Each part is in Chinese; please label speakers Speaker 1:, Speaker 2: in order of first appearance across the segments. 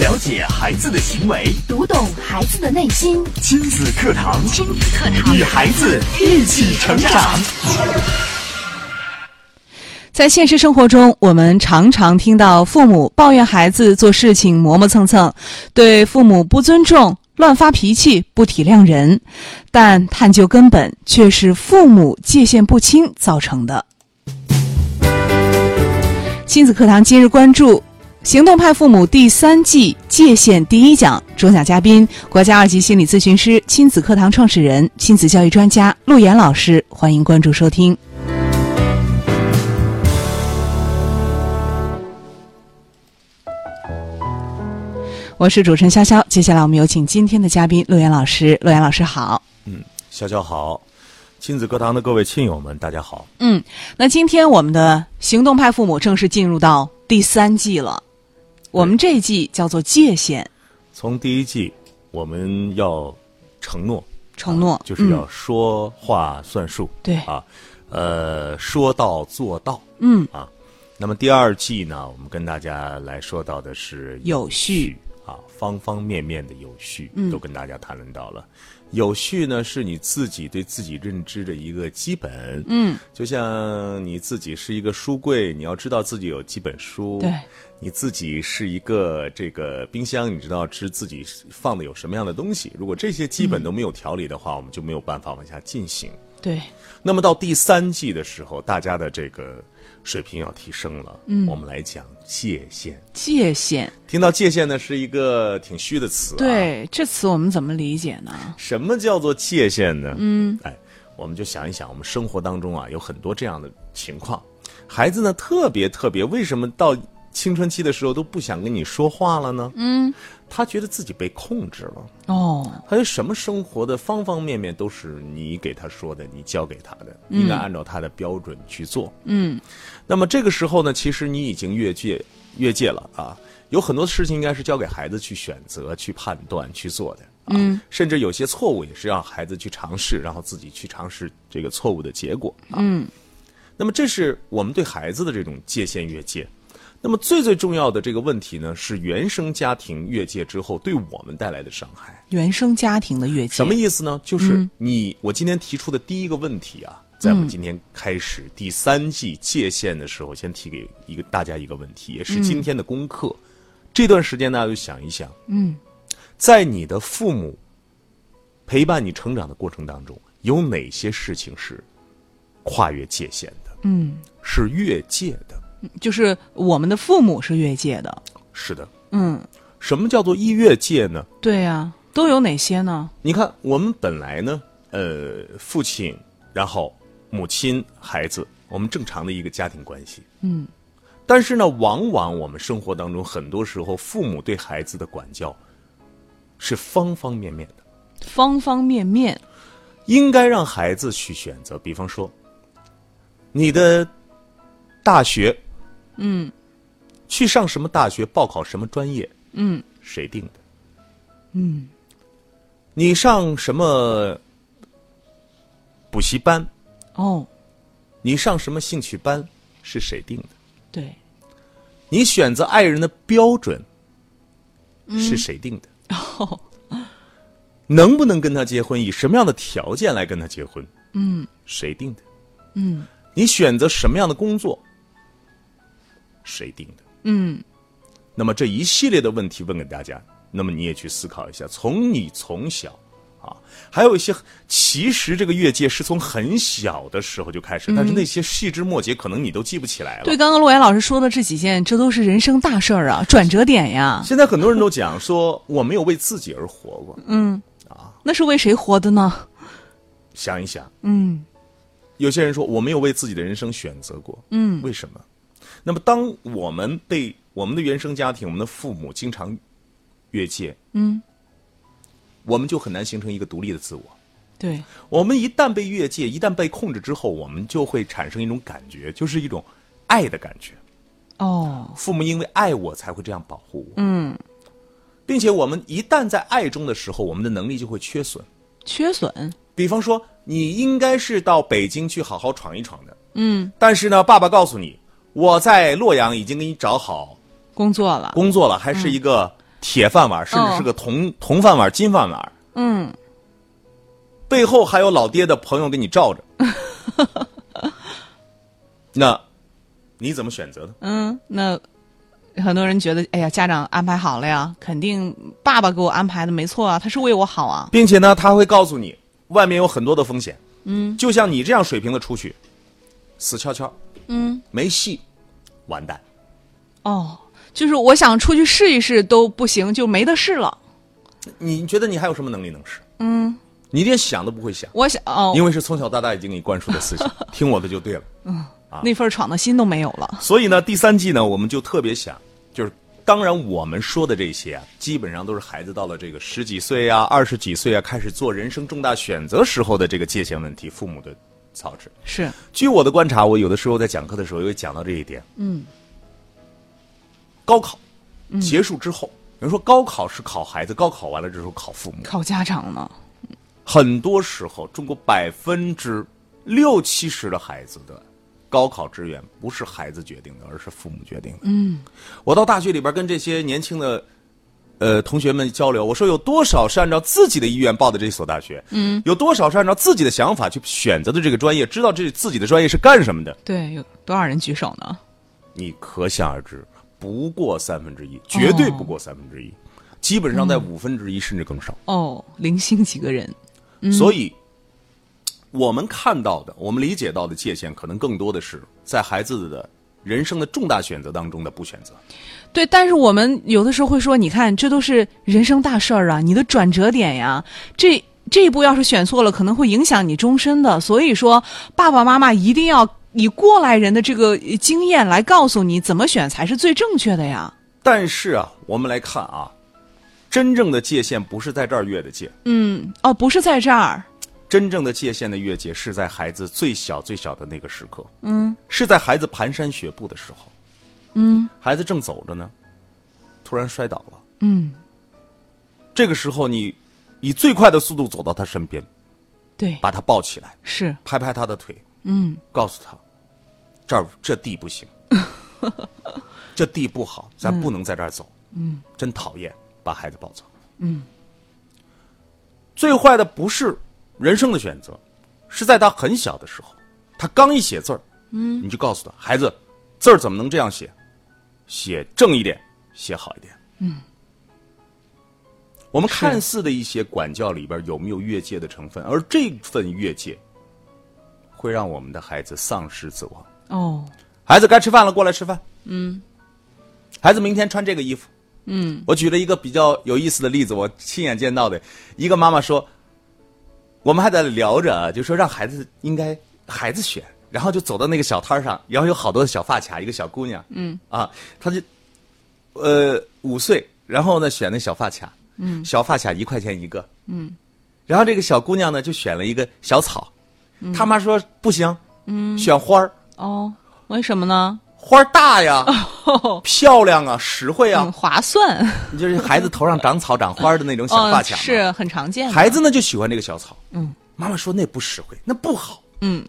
Speaker 1: 了解孩子的行为，
Speaker 2: 读懂孩子的内心。
Speaker 1: 亲子课堂，
Speaker 2: 亲子课堂，
Speaker 1: 与孩子一起成长。
Speaker 3: 在现实生活中，我们常常听到父母抱怨孩子做事情磨磨蹭蹭，对父母不尊重、乱发脾气、不体谅人，但探究根本，却是父母界限不清造成的。亲子课堂今日关注《行动派父母》第三季界限第一讲，主讲嘉宾国家二级心理咨询师、亲子课堂创始人、亲子教育专家陆岩老师，欢迎关注收听。我是主持人潇潇，接下来我们有请今天的嘉宾陆岩老师。陆岩老师好，
Speaker 4: 小小好，亲子课堂的各位亲友们，大家好。
Speaker 3: 嗯，那今天我们的行动派父母正式进入到第三季了，我们这一季叫做界限
Speaker 4: 从第一季，我们要承诺，
Speaker 3: 承诺，
Speaker 4: 啊就是
Speaker 3: 嗯
Speaker 4: 要说话算数，
Speaker 3: 对
Speaker 4: 啊，呃，说到做到。
Speaker 3: 嗯
Speaker 4: 啊，那么第二季呢，我们跟大家来说到的是
Speaker 3: 有序
Speaker 4: 啊，方方面面的有序，
Speaker 3: 嗯
Speaker 4: 都跟大家谈论到了。有序呢，是你自己对自己认知的一个基本。
Speaker 3: 嗯，
Speaker 4: 就像你自己是一个书柜，你要知道自己有几本书。
Speaker 3: 对，
Speaker 4: 你自己是一个这个冰箱，你知道知自己放的有什么样的东西。如果这些基
Speaker 3: 嗯
Speaker 4: 本都没有条理的话，我们就没有办法往下进行。
Speaker 3: 对，
Speaker 4: 那么到第三季的时候，大家的这个水平要提升了。嗯，我们来讲界限。
Speaker 3: 界限，
Speaker 4: 听到界限呢，是一个挺虚的词、啊。，
Speaker 3: 对这词我们怎么理解呢？
Speaker 4: 什么叫做界限呢？嗯，哎，我们就想一想，我们生活当中啊，有很多这样的情况。孩子呢，特别特别，为什么到青春期的时候都不想跟你说话了呢？嗯，他觉得自己被控制了。
Speaker 3: 哦，
Speaker 4: 他有什么生活的方方面面都是你给他说的，你教给他的，应该按照他的标准去做。嗯，那么这个时候呢，其实你已经越界越界了啊，有很多事情应该是交给孩子去选择、去判断、去做的。啊、嗯，甚至有些错误也是让孩子去尝试，然后自己去尝试这个错误的结果。啊、嗯，那么这是我们对孩子的这种界限越界。那么最最重要的这个问题呢，是原生家庭越界之后对我们带来的伤害。
Speaker 3: 原生家庭的越界，
Speaker 4: 什么意思呢？就是你、我今天提出的第一个问题啊，在我们今天开始第三季界限的时候，先提给一个大家一个问题，也是今天的功课。这段时间大家就想一想，嗯，在你的父母陪伴你成长的过程当中，有哪些事情是跨越界限的？嗯，是越界的。
Speaker 3: 就是我们的父母是越界的，
Speaker 4: 是的，
Speaker 3: 嗯，
Speaker 4: 什么叫做一越界呢？
Speaker 3: 对啊，都有哪些呢？
Speaker 4: 你看，我们本来呢，呃，父亲，然后母亲、孩子，我们正常的一个家庭关系。嗯。但是呢，往往我们生活当中，很多时候父母对孩子的管教是方方面面的，
Speaker 3: 方方面面，
Speaker 4: 应该让孩子去选择。比方说，你的大学，嗯，去上什么大学，报考什么专业，嗯，谁定的？嗯，你上什么补习班，
Speaker 3: 哦，
Speaker 4: 你上什么兴趣班，是谁定的？
Speaker 3: 对，
Speaker 4: 你选择爱人的标准，是谁定的？ 能不能跟他结婚，以什么样的条件来跟他结婚？嗯，谁定的？嗯，你选择什么样的工作，谁定的？嗯，那么这一系列的问题问给大家，那么你也去思考一下，从你从小啊，还有一些其实这个越界是从很小的时候就开始，但是那些细枝末节可能你都记不起来了。
Speaker 3: 对，刚刚陆岩老师说的这几件，这都是人生大事儿啊，转折点呀，
Speaker 4: 现在很多人都讲说我没有为自己而活过，
Speaker 3: 那是为谁活的呢？
Speaker 4: 想一想，
Speaker 3: 嗯，
Speaker 4: 有些人说我没有为自己的人生选择过，嗯，为什么？那么当我们被我们的原生家庭、我们的父母经常越界，嗯，我们就很难形成一个独立的自我。
Speaker 3: 对，
Speaker 4: 我们一旦被越界，一旦被控制之后，我们就会产生一种感觉，就是一种爱的感觉。
Speaker 3: 哦，
Speaker 4: 父母因为爱我才会这样保护我，嗯，并且我们一旦在爱中的时候，我们的能力就会缺损。
Speaker 3: 缺损，
Speaker 4: 比方说，你应该是到北京去好好闯一闯的。嗯，但是呢，爸爸告诉你，我在洛阳已经给你找好
Speaker 3: 工作了，
Speaker 4: 工作了，还是一个铁饭碗，甚至是个铜、铜饭碗、金饭碗，
Speaker 3: 嗯，
Speaker 4: 背后还有老爹的朋友给你 罩着，那你怎么选择呢？
Speaker 3: 嗯，那很多人觉得，哎呀，家长安排好了呀，肯定爸爸给我安排的没错啊，他是为我好啊。
Speaker 4: 并且呢，他会告诉你，外面有很多的风险。嗯，就像你这样水平的出去，死翘翘。嗯，没戏，完蛋。
Speaker 3: 哦，就是我想出去试一试都不行，就没得试了。
Speaker 4: 你觉得你还有什么能力能使？嗯，你连想都不会想，
Speaker 3: 我想，哦，
Speaker 4: 因为是从小到大已经给你灌输的思 想，听我的就对了。
Speaker 3: 那份闯的心都没有了。
Speaker 4: 所以呢，第三季呢，我们就特别想，就是当然我们说的这些啊，基本上都是孩子到了这个十几岁啊、二十几岁啊，开始做人生重大选择时候的这个界限问题，父母的操持。
Speaker 3: 是，
Speaker 4: 据我的观察，我有的时候在讲课的时候也会讲到这一点。嗯，高考结束之后，有人说高考是考孩子，高考完了之后考父母。
Speaker 3: 靠家长呢。
Speaker 4: 很多时候，中国百分之六七十的孩子的高考志愿不是孩子决定的，而是父母决定的。嗯，我到大学里边跟这些年轻的。呃，同学们交流，我说有多少是按照自己的意愿报的这所大学？嗯，有多少是按照自己的想法去选择的这个专业？知道这自己的专业是干什么的？
Speaker 3: 对，有多少人举手呢？
Speaker 4: 你可想而知，不过三分之一，绝对不过三分之一，基本上在五分之一甚至更少。
Speaker 3: 哦，零星几个人。
Speaker 4: 所以，我们看到的、我们理解到的界限，可能更多的是在孩子的人生的重大选择当中的不选择。
Speaker 3: 对，但是我们有的时候会说，你看，这都是人生大事儿啊，你的转折点呀，这这一步要是选错了，可能会影响你终身的。所以说，爸爸妈妈一定要以过来人的这个经验来告诉你怎么选才是最正确的呀。
Speaker 4: 但是啊，我们来看啊，真正的界限不是在这儿越的界，
Speaker 3: 嗯，哦，不是在这儿，
Speaker 4: 真正的界限的越界是在孩子最小最小的那个时刻，嗯，是在孩子蹒跚学步的时候，嗯，孩子正走着呢，突然摔倒了，嗯，这个时候你以最快的速度走到他身边，
Speaker 3: 对，
Speaker 4: 把他抱起来，
Speaker 3: 是，
Speaker 4: 拍拍他的腿，嗯，告诉他，这儿这地不 行，这地不好，咱不能在这儿走，嗯，真讨厌，把孩子抱走，嗯，最坏的不是人生的选择，是在他很小的时候，他刚一写字儿，嗯，你就告诉他，孩子，字儿怎么能这样写？写正一点，写好一点，嗯。我们看似的一些管教里边有没有越界的成分，而这份越界会让我们的孩子丧失自我。
Speaker 3: 哦，
Speaker 4: 孩子该吃饭了，过来吃饭。嗯，孩子明天穿这个衣服。嗯，我举了一个比较有意思的例子，我亲眼见到的一个妈妈说，我们还在聊着啊，就说让孩子应该孩子选，然后就走到那个小摊儿上，然后有好多小发卡，一个小姑娘，嗯啊，她就呃五岁，然后呢选那小发卡，嗯，小发卡一块钱一个，嗯，然后这个小姑娘呢就选了一个小草，她妈说不行，嗯，选花儿。
Speaker 3: 哦，为什么呢？
Speaker 4: 花儿大呀，漂亮啊，实惠啊
Speaker 3: 哦嗯，，划算，
Speaker 4: 你就是孩子头上长草长花儿的那种小发
Speaker 3: 哦，
Speaker 5: 啊
Speaker 4: 卡嘛。
Speaker 3: 是很常见的。
Speaker 4: 孩子呢就喜欢这个小草。嗯，妈妈说那不实惠，那不好。
Speaker 3: 嗯，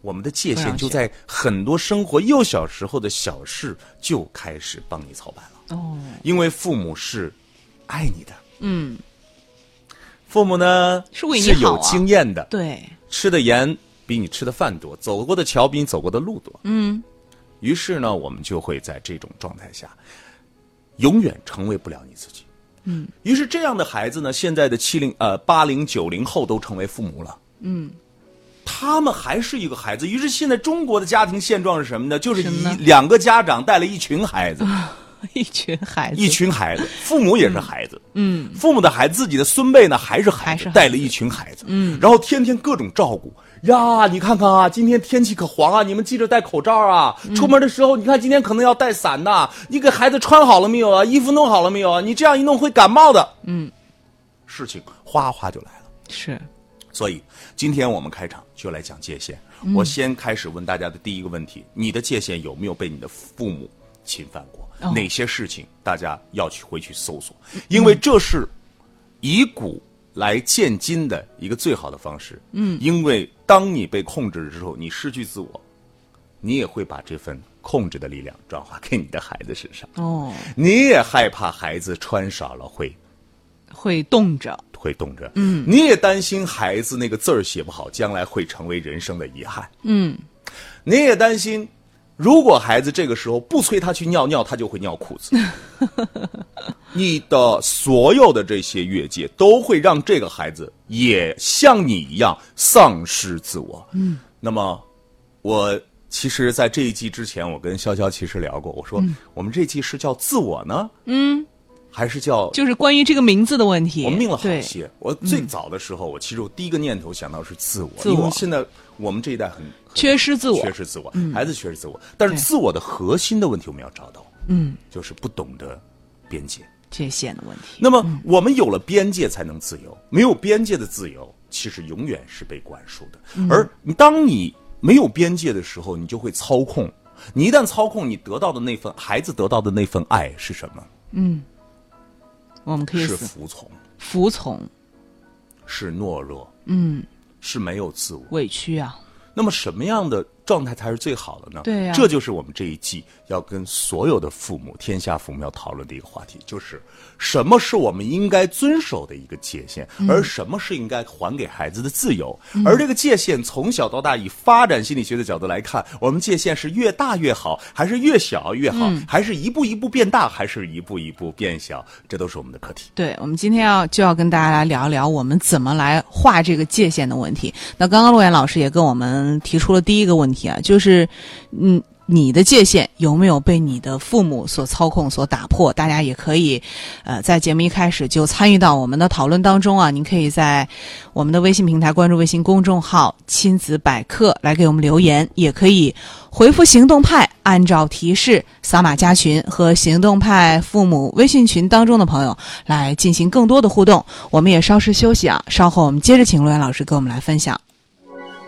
Speaker 4: 我们的界
Speaker 3: 不
Speaker 4: 限
Speaker 3: 让
Speaker 4: 就
Speaker 3: 选
Speaker 4: 在很多生活幼小时候的小事就开始帮你操办了，
Speaker 3: 哦，
Speaker 4: 因为父母是爱你的。嗯，父母呢
Speaker 3: 是为你
Speaker 4: 是有
Speaker 3: 好啊
Speaker 4: 经验的，
Speaker 3: 对，
Speaker 4: 吃的盐比你吃的饭多，走过的桥比你走过的路多。嗯，于是呢，我们就会在这种状态下，永远成为不了你自己。嗯，于是这样的孩子呢，现在的七零呃八零九零后都成为父母了。嗯，他们还是一个孩子。于是现在中国的家庭现状是什么呢？就是
Speaker 3: 什
Speaker 4: 一
Speaker 3: 么呢
Speaker 4: 两个家长带了一群孩子，
Speaker 3: 一群孩子，
Speaker 4: 一群孩子，父母也是孩子，嗯，父母的孩子，自己的孙辈呢还是孩
Speaker 3: 还
Speaker 4: 子
Speaker 3: 是孩，子
Speaker 4: 带了一群孩子，嗯，然后天天各种照顾呀，你看看啊，今天天气可黄啊，你们记着戴口罩啊，出门的时候你看今天可能要带伞呐、你给孩子穿好了没有啊？衣服弄好了没有啊？你这样一弄会感冒的，嗯，事情哗哗就来了。
Speaker 3: 是，
Speaker 4: 所以今天我们开场就来讲界限。我先开始问大家的第一个问题：你的界限有没有被你的父母侵犯过？
Speaker 3: 哦
Speaker 4: 哪些事情大家要去回去搜索？因为这是以古来鉴今的一个最好的方式。嗯，因为当你被控制之后，你失去自我，你也会把这份
Speaker 5: 控制的力量转化给你的孩子身上。
Speaker 3: 哦，
Speaker 5: 你也害怕孩子穿少了会
Speaker 3: 会冻着，
Speaker 5: 会冻着，嗯，你也担心孩子那个字儿写不好，将来会成为人生的遗憾，嗯，你也担心，如果孩子这个时候不催他去尿尿，他就会尿裤 子。你的所有的这些越界，都会让这个孩子也像你一样丧失自我。嗯，那么我其实，在这一季之前，我跟潇潇其实聊过，我说、我们这季是叫自我呢，嗯，还是叫
Speaker 3: 就是关于这个名字的问题。
Speaker 5: 我命了好
Speaker 3: 对，嗯
Speaker 5: 些。我最早的时候，我其实我第一个念头想到是自我，
Speaker 3: 自我
Speaker 5: 因为现在我们这一代很
Speaker 3: 缺失自我嗯
Speaker 5: 缺失自我，孩子缺失自我。但是自我的核心的问题我们要找到，
Speaker 3: 嗯，
Speaker 5: 就是不懂得边界。
Speaker 3: 界限的问题。
Speaker 5: 那么我们有了边界才能自由，没有边界的自由其实永远是被管束的。
Speaker 3: 嗯
Speaker 5: 而当你没有边界的时候，你就会操控。你一旦操控，你得到的那份孩子得到的那份爱是什么？
Speaker 3: 我们可以
Speaker 5: 是
Speaker 3: 死
Speaker 5: 服从，
Speaker 3: 服从、
Speaker 5: 是懦弱，嗯，是没有自我。
Speaker 3: 委屈啊，
Speaker 5: 那么什么样的状态才是最好的呢？
Speaker 3: 对呀
Speaker 5: 这就是我们这一季要跟所有的父母、天下父母要讨论的一个话题，就是什么是我们应该遵守的一个界限，
Speaker 3: 嗯
Speaker 5: 而什么是应该还给孩子的自由。而这个界限从小到大，以发展心理学的角度来看，我们界限是越大越好，还是越小越好，
Speaker 3: 嗯
Speaker 5: 还是一步一步变大，还是一步一步变小？这都是我们的课题。
Speaker 3: 对，我们今天要就要跟大家来聊一聊我们怎么来画这个界限的问题。那刚刚陆岩老师也跟我们提出了第一个问题啊，就是，嗯，你的界限有没有被你的父母所操控、所打破？大家也可以，呃，在节目一开始就参与到我们的讨论当中啊。您可以在我们的微信平台关注微信公众号“亲子百科”来给我们留言，也可以回复“行动派”，按照提示扫码加群和行动派父母微信群当中的朋友来进行更多的互动。我们也稍事休息啊，稍后我们接着请陆岩老师跟我们来分享。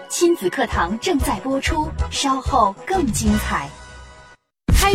Speaker 6: 亲子课堂正在播出，稍后更精彩。开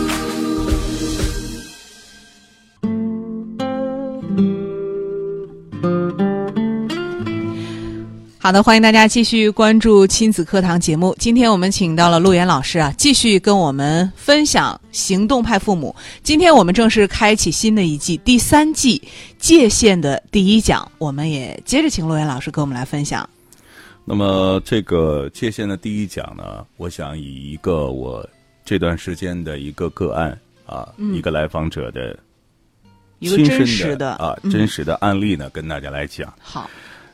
Speaker 3: 好的，欢迎大家继续关注亲子课堂节目。今天我们请到了陆岩老师啊，继续跟我们分享行动派父母。今天我们正式开启新的一季，第三季界限的第一讲，我们也接着请陆岩老师跟我们来分享。
Speaker 4: 那么这个界限的第一讲呢，我想以一个我这段时间的一个个案啊，一个来访者的
Speaker 3: 嗯一个
Speaker 4: 亲身
Speaker 3: 真实的
Speaker 4: 啊、
Speaker 3: 嗯
Speaker 4: 真实的案例呢，跟大家来讲。
Speaker 3: 好，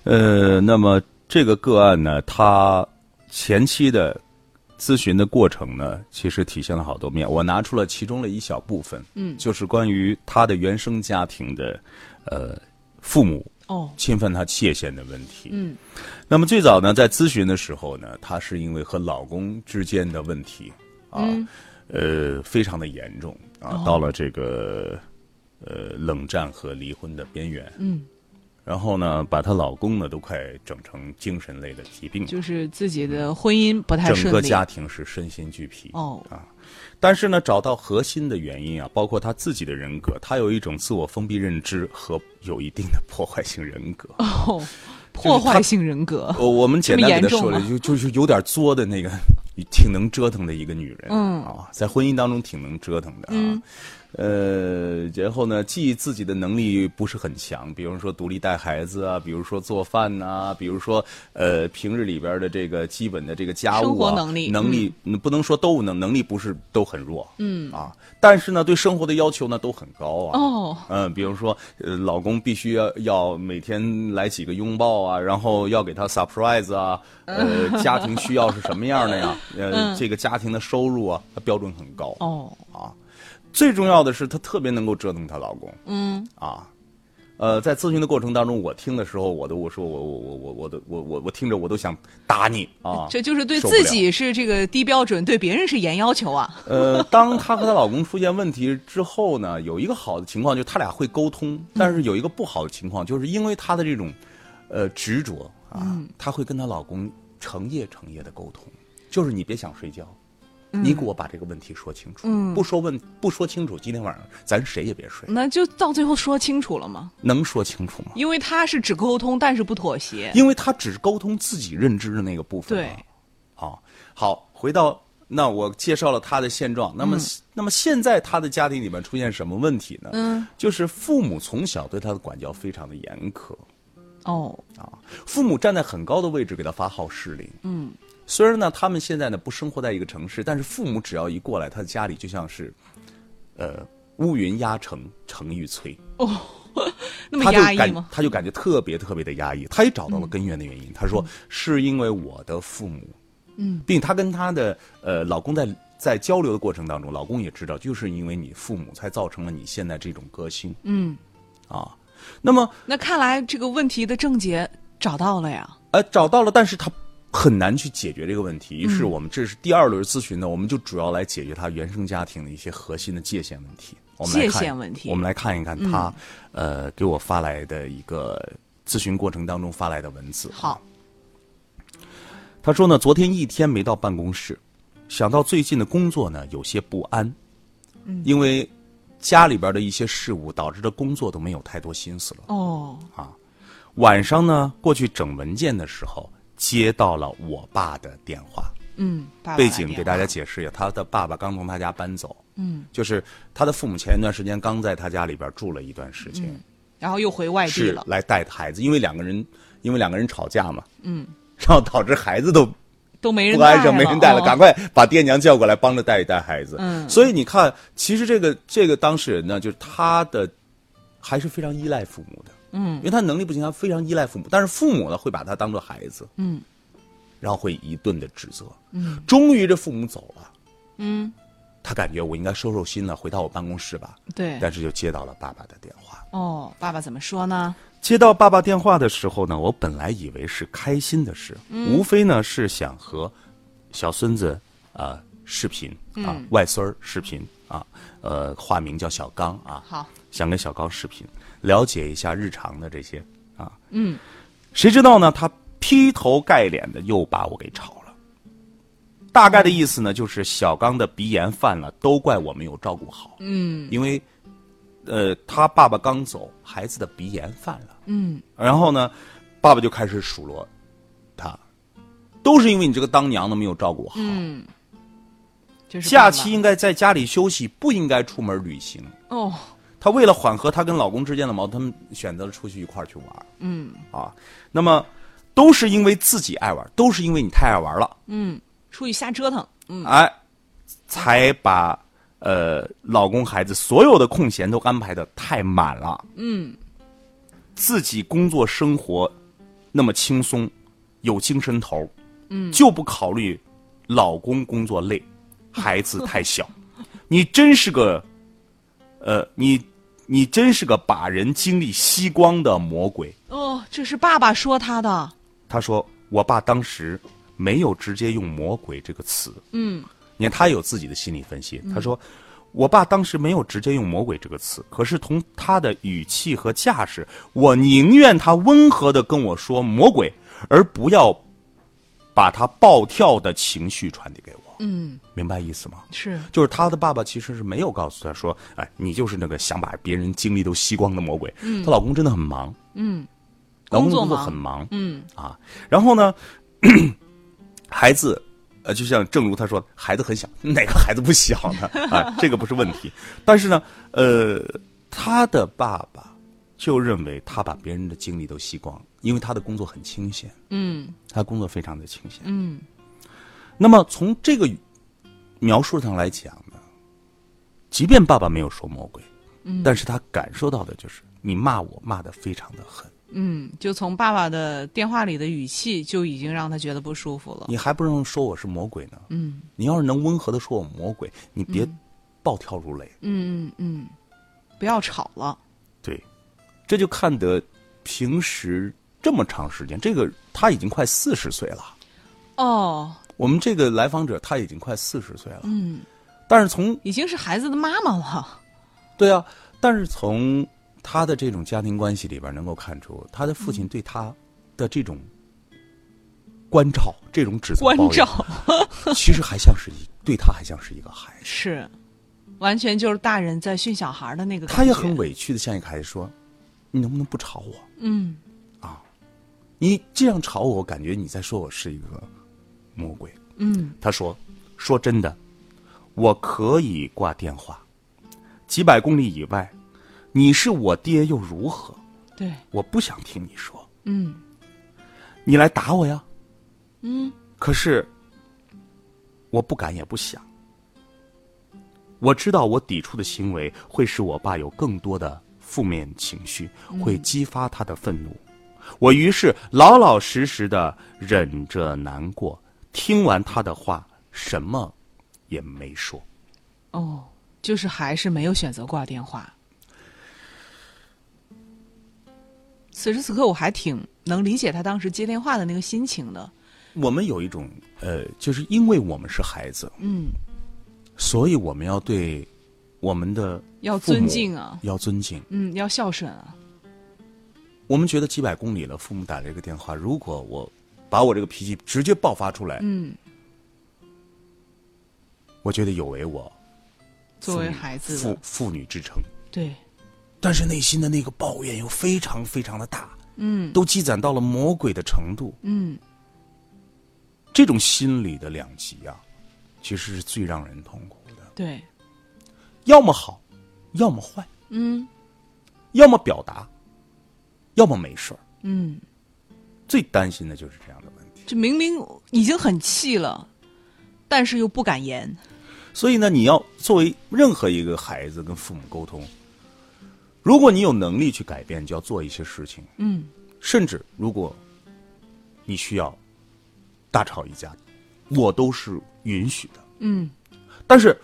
Speaker 4: 呃，那么这个个案呢，它前期的咨询的过程呢，其实体现了好多面。我拿出了其中的一小部分，嗯，就是关于他的原生家庭的呃父母
Speaker 3: 哦，
Speaker 4: 侵犯她界限的问题。嗯，那么最早呢，在咨询的时候呢，她是因为和老公之间的问题啊，
Speaker 3: 嗯
Speaker 4: 呃，非常的严重啊，
Speaker 3: 哦
Speaker 4: 到了这个呃冷战和离婚的边缘。嗯，然后呢，把她老公呢都快整成精神类的疾病了，
Speaker 3: 就是自己的婚姻不太
Speaker 4: 整
Speaker 3: 顺
Speaker 4: 个
Speaker 3: 利。
Speaker 4: 家庭是身心俱疲。
Speaker 3: 哦，
Speaker 4: 但是呢，找到核心的原因啊，包括他自己的人格，他有一种自我封闭认知和有一定的破坏性人格。
Speaker 3: 哦，破坏性人格，
Speaker 4: 我我们简单给她说
Speaker 3: 这么
Speaker 4: 了
Speaker 3: 严，
Speaker 4: 就就是有点作的那个，挺能折腾的一个女人，
Speaker 3: 嗯
Speaker 4: 啊，在婚姻当中挺能折腾的啊。呃，然后呢，记忆自己的能力不是很强，比如说独立带孩子啊，比如说做饭呐、比如说呃平日里边的这个基本的这个家务、啊、
Speaker 3: 生活能力
Speaker 4: 能力、嗯不能说都能，能力不是都很弱，嗯啊，但是呢，对生活的要求呢都很高啊，
Speaker 3: 哦，
Speaker 4: 嗯，比如说，呃，老公必须要要每天来几个拥抱啊，然后要给他 surprise 啊，呃，家庭需要是什么样的呀？呃，这个家庭的收入啊，它标准很高。
Speaker 3: 哦，
Speaker 4: 最重要的是，她特别能够折腾她老公。嗯啊，呃，在咨询的过程当中，我听的时候，我都我说我我我我我都我我我听着我都想打你啊！
Speaker 3: 这就是对
Speaker 4: 受不了
Speaker 3: 自己是这个低标准，对别人是严要求啊。
Speaker 4: 呃，当她和她老公出现问题之后呢，有一个好的情况就是他俩会沟通，但是有一个不好的情况，就是因为她的这种呃执着啊，她会跟她老公成夜成夜的沟通，就是你别想睡觉。你给我把这个问题说清楚，不说问不说清楚，今天晚上咱谁也别睡，
Speaker 3: 那就到最后说清楚了嘛，
Speaker 4: 能说清楚吗？
Speaker 3: 因为他是只沟通，但是不妥协。
Speaker 4: 因为他只沟通自己认知的那个部分、
Speaker 3: 对
Speaker 4: 啊。，好，好，回到那我介绍了他的现状，那么、那么现在他的家庭里面出现什么问题呢？嗯，就是父母从小对他的管教非常的严苛，
Speaker 3: 哦，
Speaker 4: 父母站在很高的位置给他发号施令。嗯，虽然呢，他们现在呢不生活在一个城市，但是父母只要一过来，他的家里就像是，呃，乌云压城，城欲摧。
Speaker 3: 那么
Speaker 4: 他就
Speaker 3: 压抑
Speaker 4: 感
Speaker 3: 吗？嗯
Speaker 4: 他就感觉特别特别的压抑。他也找到了根源的原因，他说是因为我的父母，嗯，并他跟他的呃老公在在交流的过程当中，老公也知道，就是因为你父母才造成了你现在这种个性，嗯，啊，那么
Speaker 3: 那看来这个问题的症结找到了呀。
Speaker 4: 呃找到了，但是他。很难去解决这个问题，于是
Speaker 3: 嗯
Speaker 4: 我们这是第二轮咨询呢，我们就主要来解决他原生家庭的一些核心的界限问题。我们来看
Speaker 3: 界限问题嗯
Speaker 4: 我们来看一看他、呃给我发来的一个咨询过程当中发来的文字。
Speaker 3: 好，
Speaker 4: 他说呢，昨天一天没到办公室，想到最近的工作呢，有些不安，
Speaker 3: 嗯
Speaker 4: 因为家里边的一些事务导致的工作都没有太多心思了。
Speaker 3: 哦，
Speaker 4: 晚上呢，过去整文件的时候，接到了我爸的电话。
Speaker 3: 嗯，爸爸
Speaker 4: 背
Speaker 3: 来
Speaker 4: 景
Speaker 3: 电
Speaker 4: 给大
Speaker 3: 话
Speaker 4: 家解释一下，他的爸爸刚从他家搬走，嗯，就是他的父母前一段时间刚在他家里边住了一段时间，
Speaker 3: 然后又回外嗯地
Speaker 4: 是
Speaker 3: 了。
Speaker 4: 来带孩子，因为两个人因为两个人吵架嘛，嗯，然后导致孩子都
Speaker 3: 都没人
Speaker 4: 不安生，没人带了，
Speaker 3: 哦
Speaker 4: 赶快把爹娘叫过来帮着带一带孩子。
Speaker 3: 嗯
Speaker 4: 所以你看，其实这个这个当事人呢，就是他的还是非常依赖父母的，嗯，因为他能力不行，他非常依赖父母，但是父母呢会把他当做孩子，嗯，然后会一顿的指责，嗯，终于这父母走了，嗯，他感觉我应该收收心了，回到我办公室吧，
Speaker 3: 对，
Speaker 4: 但是就接到了爸爸的电话。
Speaker 3: 哦，爸爸怎么说呢？
Speaker 4: 接到爸爸电话的时候呢，我本来以为是开心的事，无非呢是想和小孙子啊、呃视频啊、外孙儿视频啊，呃化名叫小刚啊，
Speaker 3: 好，
Speaker 4: 想跟小刚视频，了解一下日常的这些啊，嗯，谁知道呢，他劈头盖脸的又把我给吵了。大概的意思呢，就是小刚的鼻炎犯了，都怪我没有照顾好。嗯，因为，呃，他爸爸刚走，孩子的鼻炎犯了。
Speaker 3: 嗯，
Speaker 4: 然后呢，爸爸就开始数落他，都是因为你这个当娘的没有照顾好。嗯，
Speaker 3: 就是爸
Speaker 4: 假
Speaker 3: 爸
Speaker 4: 期应该在家里休息，不应该出门旅行。
Speaker 3: 哦，
Speaker 4: 她为了缓和她跟老公之间的矛盾，他们选择了出去一块儿去玩。嗯，啊，那么都是因为自己爱玩，都是因为你太爱玩了，
Speaker 3: 出去瞎折腾。嗯，
Speaker 4: 哎，才把呃老公孩子所有的空闲都安排的太满了。嗯，自己工作生活那么轻松，有精神头，嗯，就不考虑老公工作累，孩子太小， 你真是个，呃，你你真是个把人精力吸光的魔鬼。
Speaker 3: 哦，这是爸爸说他的。
Speaker 4: 他说我爸当时没有直接用“魔鬼”这个词，嗯，你看他有自己的心理分析，他说。我爸当时没有直接用“魔鬼”这个词，可是从他的语气和架势，我宁愿他温和的跟我说“魔鬼”，而不要把他暴跳的情绪传递给我。嗯，明白意思吗？
Speaker 3: 是，
Speaker 4: 就是他的爸爸其实是没有告诉他说，哎，你就是那个想把别人精力都吸光的魔鬼。嗯，她老公真的很忙。嗯，老公
Speaker 3: 工作
Speaker 4: 工作
Speaker 3: 忙
Speaker 4: 很忙。
Speaker 3: 嗯，
Speaker 4: 啊，然后呢， 孩子，呃，就像正如他说，孩子很小， 哪个孩子不小呢？啊，这个不是问题。但是呢，呃，他的爸爸就认为他把别人的精力都吸光，因为他的工作很清闲，
Speaker 3: 嗯
Speaker 4: 他工作非常的清闲。
Speaker 3: 嗯，
Speaker 4: 那么从这个描述上来讲呢，即便爸爸没有说魔鬼，嗯，但是他感受到的就是你骂我骂的非常的狠。
Speaker 3: 嗯，就从爸爸的电话里的语气就已经让他觉得不舒服了。
Speaker 4: 你还不能说我是魔鬼呢？嗯，你要是能温和的说我魔鬼，你
Speaker 3: 嗯
Speaker 4: 别暴跳如雷。
Speaker 3: 嗯嗯嗯，不要吵了。
Speaker 4: 对，这就看得平时这么长时间，这个他已经快四十岁了。
Speaker 3: 哦，
Speaker 4: 我们这个来访者他已经快四十岁了，嗯，但是从
Speaker 3: 已经是孩子的妈妈了。
Speaker 4: 对啊，但是从他的这种家庭关系里边能够看出，他的父亲对他的这种关照、这种指责、
Speaker 3: 关照，
Speaker 4: 其实还像是一对他还像是一个孩 子，
Speaker 3: 是完全就是大人在训小孩的那个感觉。
Speaker 4: 他也很委屈的向一个孩子说：“你能不能不吵我？
Speaker 3: 嗯，
Speaker 4: 你这样吵我，我感觉你在说我是一个魔鬼。”
Speaker 3: 嗯，
Speaker 4: 他说：“说真的，我可以挂电话，几百公里以外，你是我爹又如何？
Speaker 3: 对，
Speaker 4: 我不想听你说。”
Speaker 3: 嗯
Speaker 4: 你来打我呀。
Speaker 3: 嗯，
Speaker 4: 可是我不敢也不想。我知道我抵触的行为会使我爸有更多的负面情绪，
Speaker 3: 嗯
Speaker 4: 会激发他的愤怒。我于是老老实实的忍着难过，听完他的话，什么也没说。
Speaker 3: 哦，就是还是没有选择挂电话。此时此刻，我还挺能理解他当时接电话的那个心情的。
Speaker 4: 我们有一种呃，就是因为我们是孩子，嗯，所以我们要对我们的
Speaker 3: 要
Speaker 4: 父母
Speaker 3: 尊敬啊
Speaker 4: 要尊敬。
Speaker 3: 嗯，要孝顺啊。
Speaker 4: 我们觉得几百公里了，父母打这个电话，如果我把我这个脾气直接爆发出来，
Speaker 3: 嗯，
Speaker 4: 我觉得有违我
Speaker 3: 作
Speaker 4: 父
Speaker 3: 为
Speaker 4: 女
Speaker 3: 孩子
Speaker 4: 父
Speaker 3: 的，
Speaker 4: 父女之诚。
Speaker 3: 对，
Speaker 4: 但是内心的那个抱怨又非常非常的大，嗯，都积攒到了魔鬼的程度，
Speaker 3: 嗯，
Speaker 4: 这种心理的两极啊，其实是最让人痛苦的。
Speaker 3: 对，
Speaker 4: 要么好，要么坏，
Speaker 3: 嗯
Speaker 4: 要么表达，要么没事儿。
Speaker 3: 嗯，
Speaker 4: 最担心的就是这样的问题。
Speaker 3: 就明明已经很气了，但是又不敢言。
Speaker 4: 所以呢，你要作为任何一个孩子跟父母沟通，如果你有能力去改变，就要做一些事情。
Speaker 3: 嗯，
Speaker 4: 甚至如果你需要大吵一架，我都是允许的。
Speaker 3: 嗯，
Speaker 4: 但是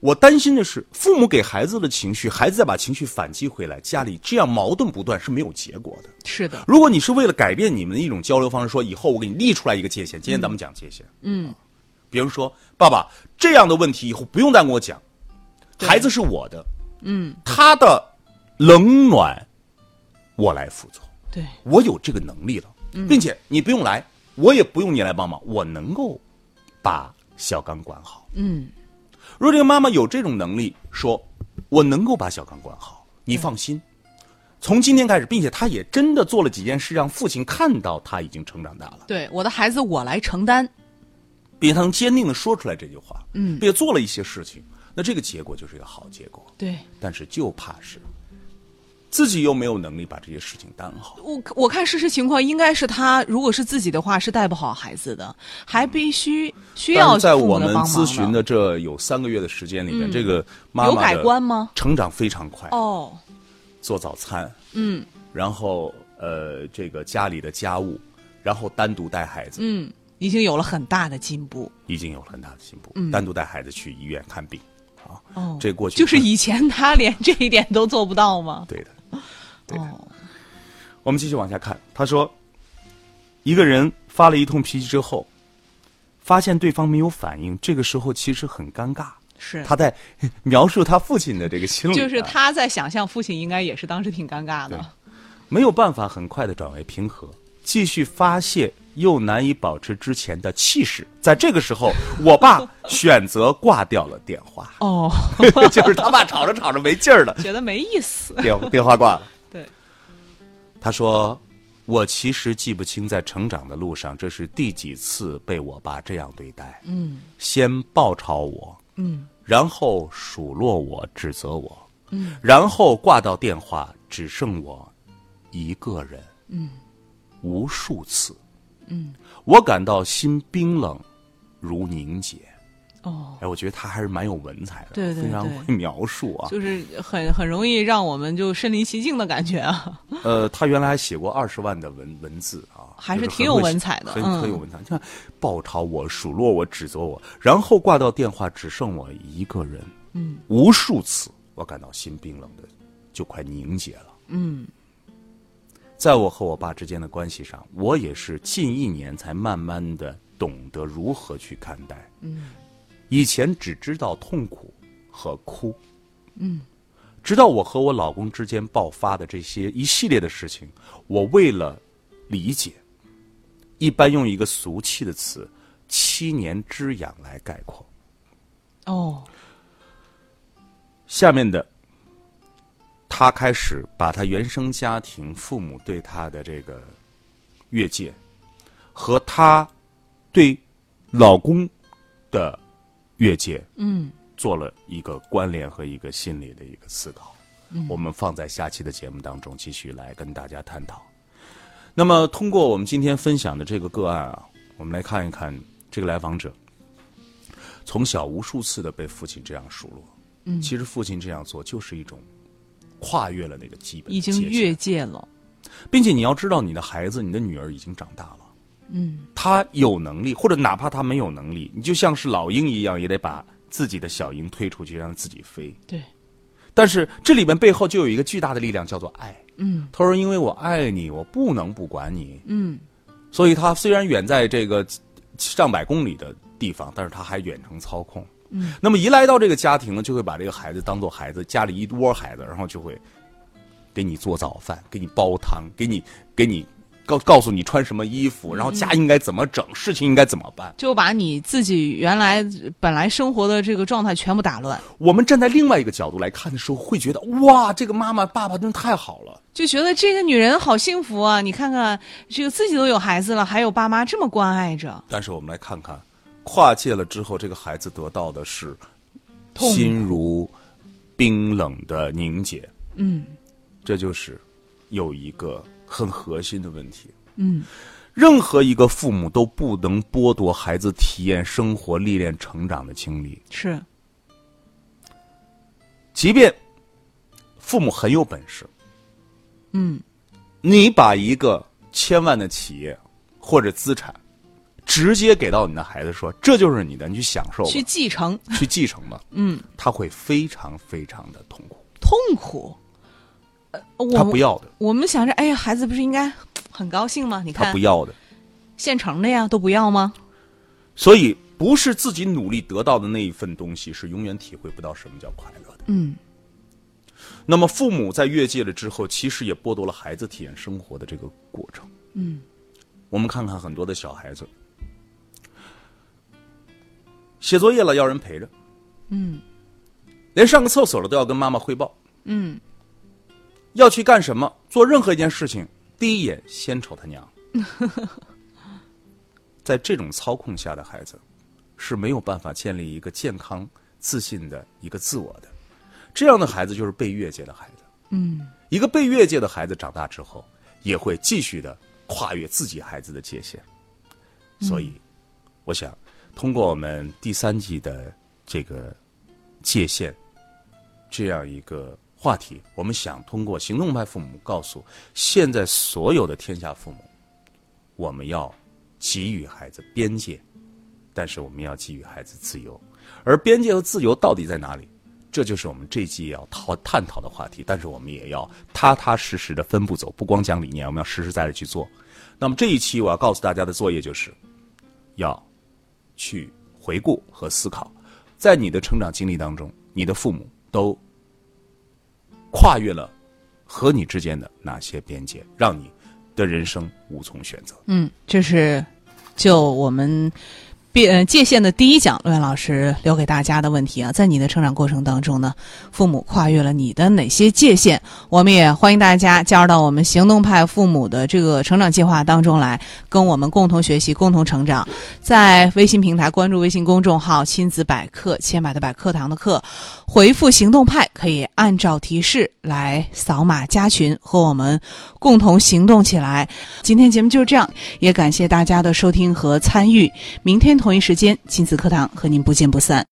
Speaker 4: 我担心的是，父母给孩子的情绪，孩子再把情绪反击回来，家里这样矛盾不断是没有结果的。
Speaker 3: 是的，
Speaker 4: 如果你是为了改变你们的一种交流方式，说以后我给你立出来一个界限，今天咱们讲界限，嗯，比如说爸爸这样的问题以后不用再跟我讲，孩子是我的，嗯，他的冷暖我来辅佐，
Speaker 3: 对，
Speaker 4: 我有这个能力了，并且你不用来，我也不用你来帮忙，我能够把小刚管好。
Speaker 3: 嗯，
Speaker 4: 如果这个妈妈有这种能力，说我能够把小刚管好，你放心。从今天开始，并且她也真的做了几件事，让父亲看到他已经成长大了，
Speaker 3: 对，我的孩子我来承担。
Speaker 4: 并且他能坚定的说出来这句话，嗯，并且做了一些事情，那这个结果就是一个好结果。
Speaker 3: 对
Speaker 4: 但是就怕是自己又没有能力把这些事情担好，
Speaker 3: 我，我看事实情况应该是他，如果是自己的话，是带不好孩子的，还必须需
Speaker 4: 但
Speaker 3: 要
Speaker 4: 是在
Speaker 3: 父
Speaker 4: 我
Speaker 3: 母的
Speaker 4: 们
Speaker 3: 帮忙
Speaker 4: 咨询的这有三个月的时间里面，这个妈妈
Speaker 3: 有改
Speaker 4: 的
Speaker 3: 观吗
Speaker 4: 成长非常快，
Speaker 3: 哦，
Speaker 4: 做早餐，嗯，然后呃，这个家里的家务，然后单独带孩子，
Speaker 3: 嗯，已经有了很大的进步。
Speaker 4: 已经有了很大的进步。
Speaker 3: 嗯
Speaker 4: 单独带孩子去医院看病，
Speaker 3: 哦，
Speaker 4: 这过去
Speaker 3: 就是以前他连这一点都做不到吗？
Speaker 4: 对的。
Speaker 3: 哦，
Speaker 4: 我们继续往下看，他说，一个人发了一通脾气之后，发现对方没有反应，这个时候其实很尴尬。
Speaker 3: 是
Speaker 4: 他在描述他父亲的这个心理啊，
Speaker 3: 就是他在想象父亲应该也是当时挺尴尬的。
Speaker 4: 没有办法很快的转为平和，继续发泄，又难以保持之前的气势。在这个时候，我爸选择挂掉了电话，
Speaker 3: 哦，
Speaker 4: 就是他爸吵着吵着没劲儿了，
Speaker 3: 觉得没意思。
Speaker 4: 电电话挂了。
Speaker 3: 对，
Speaker 4: 他说：“我其实记不清，在成长的路上，这是第几次被我爸这样对待。嗯，先暴吵我，嗯，然后数落我，指责我，嗯，然后挂掉电话，只剩我一个人，嗯，无数次，嗯，我感到心冰冷如凝结。”
Speaker 3: 哦，
Speaker 4: 哎，我觉得他还是蛮有文采的，
Speaker 3: 对对
Speaker 4: 非常
Speaker 3: 对
Speaker 4: 会描述啊。
Speaker 3: 就是很很容易让我们就身临其境的感觉啊。
Speaker 4: 呃，他原来还写过二十万的文文字啊，
Speaker 3: 还
Speaker 4: 就是很
Speaker 3: 挺有
Speaker 4: 会
Speaker 3: 文
Speaker 4: 写
Speaker 3: 采的
Speaker 4: 很
Speaker 3: 嗯
Speaker 4: 很有文采。你看，暴嘲我、数落我、指责我，然后挂掉电话，只剩我一个人。嗯，无数次，我感到心冰冷的就快凝结了。嗯，在我和我爸之间的关系上，我也是近一年才慢慢的懂得如何去看待。嗯，以前只知道痛苦和哭。嗯，直到我和我老公之间爆发的这些一系列的事情，我为了理解，一般用一个俗气的词“七年之痒”来概括。
Speaker 3: 哦，
Speaker 4: 下面的。他开始把他原生家庭父母对他的这个越界，和他对老公的越界，
Speaker 3: 嗯，
Speaker 4: 做了一个关联和一个心理的一个思考。嗯、我们放在下期的节目当中继续来跟大家探讨。那么，通过我们今天分享的这个个案啊，我们来看一看这个来访者从小无数次的被父亲这样数落。
Speaker 3: 嗯，
Speaker 4: 其实父亲这样做就是一种。跨越了那个基本，
Speaker 3: 已经越界了，
Speaker 4: 并且你要知道，你的孩子、你的女儿已经长大了，
Speaker 3: 嗯，
Speaker 4: 她有能力，或者哪怕她没有能力，你就像是老鹰一样，也得把自己的小鹰推出去，让自己飞。
Speaker 3: 对，
Speaker 4: 但是这里面背后就有一个巨大的力量，叫做爱。
Speaker 3: 嗯，
Speaker 4: 他说：“因为我爱你，我不能不管你。”
Speaker 3: 嗯，
Speaker 4: 所以他虽然远在这个上百公里的地方，但是他还远程操控。
Speaker 3: 嗯，
Speaker 4: 那么一来到这个家庭呢，就会把这个孩子当做孩子，家里一窝孩子，然后就会给你做早饭，给你煲汤，给你给你告告诉你穿什么衣
Speaker 3: 嗯
Speaker 4: 服，然后家应该怎么整，事情应该怎么办。
Speaker 3: 就把你自己原来本来生活的这个状态全部打乱，
Speaker 4: 我们站在另外一个角度来看的时候，会觉得哇，这个妈妈爸爸真太好了。
Speaker 3: 就觉得这个女人好幸福啊！你看看，这个自己都有孩子了，还有爸妈这么关爱着，
Speaker 4: 但是我们来看看，跨界了之后，这个孩子得到的是
Speaker 3: 痛苦
Speaker 4: 心如冰冷的凝结。
Speaker 3: 嗯
Speaker 4: 这就是有一个很核心的问题。
Speaker 3: 嗯，
Speaker 4: 任何一个父母都不能剥夺孩子体验生活、历练、成长的经历，
Speaker 3: 是，
Speaker 4: 即便父母很有本事，
Speaker 3: 嗯
Speaker 4: 你把一个千万的企业或者资产直接给到你的孩子说，这就是你的，你去享受吧，
Speaker 3: 去继承，
Speaker 4: 去继承吧，
Speaker 3: 嗯，
Speaker 4: 他会非常非常的痛苦，
Speaker 3: 痛苦。呃，我
Speaker 4: 他不
Speaker 3: 们
Speaker 4: 要的，
Speaker 3: 我们想着，哎呀，孩子不是应该很高兴吗？你
Speaker 4: 他
Speaker 3: 看
Speaker 4: 不，要的，
Speaker 3: 现成的呀，都不要吗？
Speaker 4: 所以不是自己努力得到的那一份东西，是永远体会不到什么叫快乐的。
Speaker 3: 嗯
Speaker 4: 那么父母在越界了之后，其实也剥夺了孩子体验生活的这个过程。
Speaker 3: 嗯，
Speaker 4: 我们看看很多的小孩子，写作业了要人陪着，
Speaker 3: 嗯
Speaker 4: 连上个厕所了都要跟妈妈汇报，
Speaker 3: 嗯，
Speaker 4: 要去干什么，做任何一件事情，第一眼先瞅他娘。在这种操控下的孩子，是没有办法建立一个健康、自信的一个自我的。这样的孩子就是被越界的孩子。
Speaker 3: 嗯，
Speaker 4: 一个被越界的孩子长大之后，也会继续的跨越自己孩子的界限。所以，我想通过我们第三季的这个界限这样一个话题，我们想通过行动派父母告诉现在所有的天下父母，我们要给予孩子边界，但是我们要给予孩子自由。而边界和自由到底在哪里？这就是我们这季要讨探讨的话题，但是我们也要踏踏实实的分步走，不光讲理念，我们要实实在在去做。那么这一期我要告诉大家的作业就是，要去回顾和思考，在你的成长经历当中，你的父母都跨越了和你之间的哪些边界，让你的人生无从选择。
Speaker 3: 嗯，这是就我们边呃界限的第一讲，陆源老师留给大家的问题啊，在你的成长过程当中呢，父母跨越了你的哪些界限？我们也欢迎大家加入到我们行动派父母的这个成长计划当中来，跟我们共同学习、共同成长。在微信平台关注微信公众号“亲子百科”，千百的百课堂的课，回复“行动派”可以按照提示来扫码加群，和我们共同行动起来。今天节目就是这样，也感谢大家的收听和参与。明天同一时间，亲子课堂和您不见不散。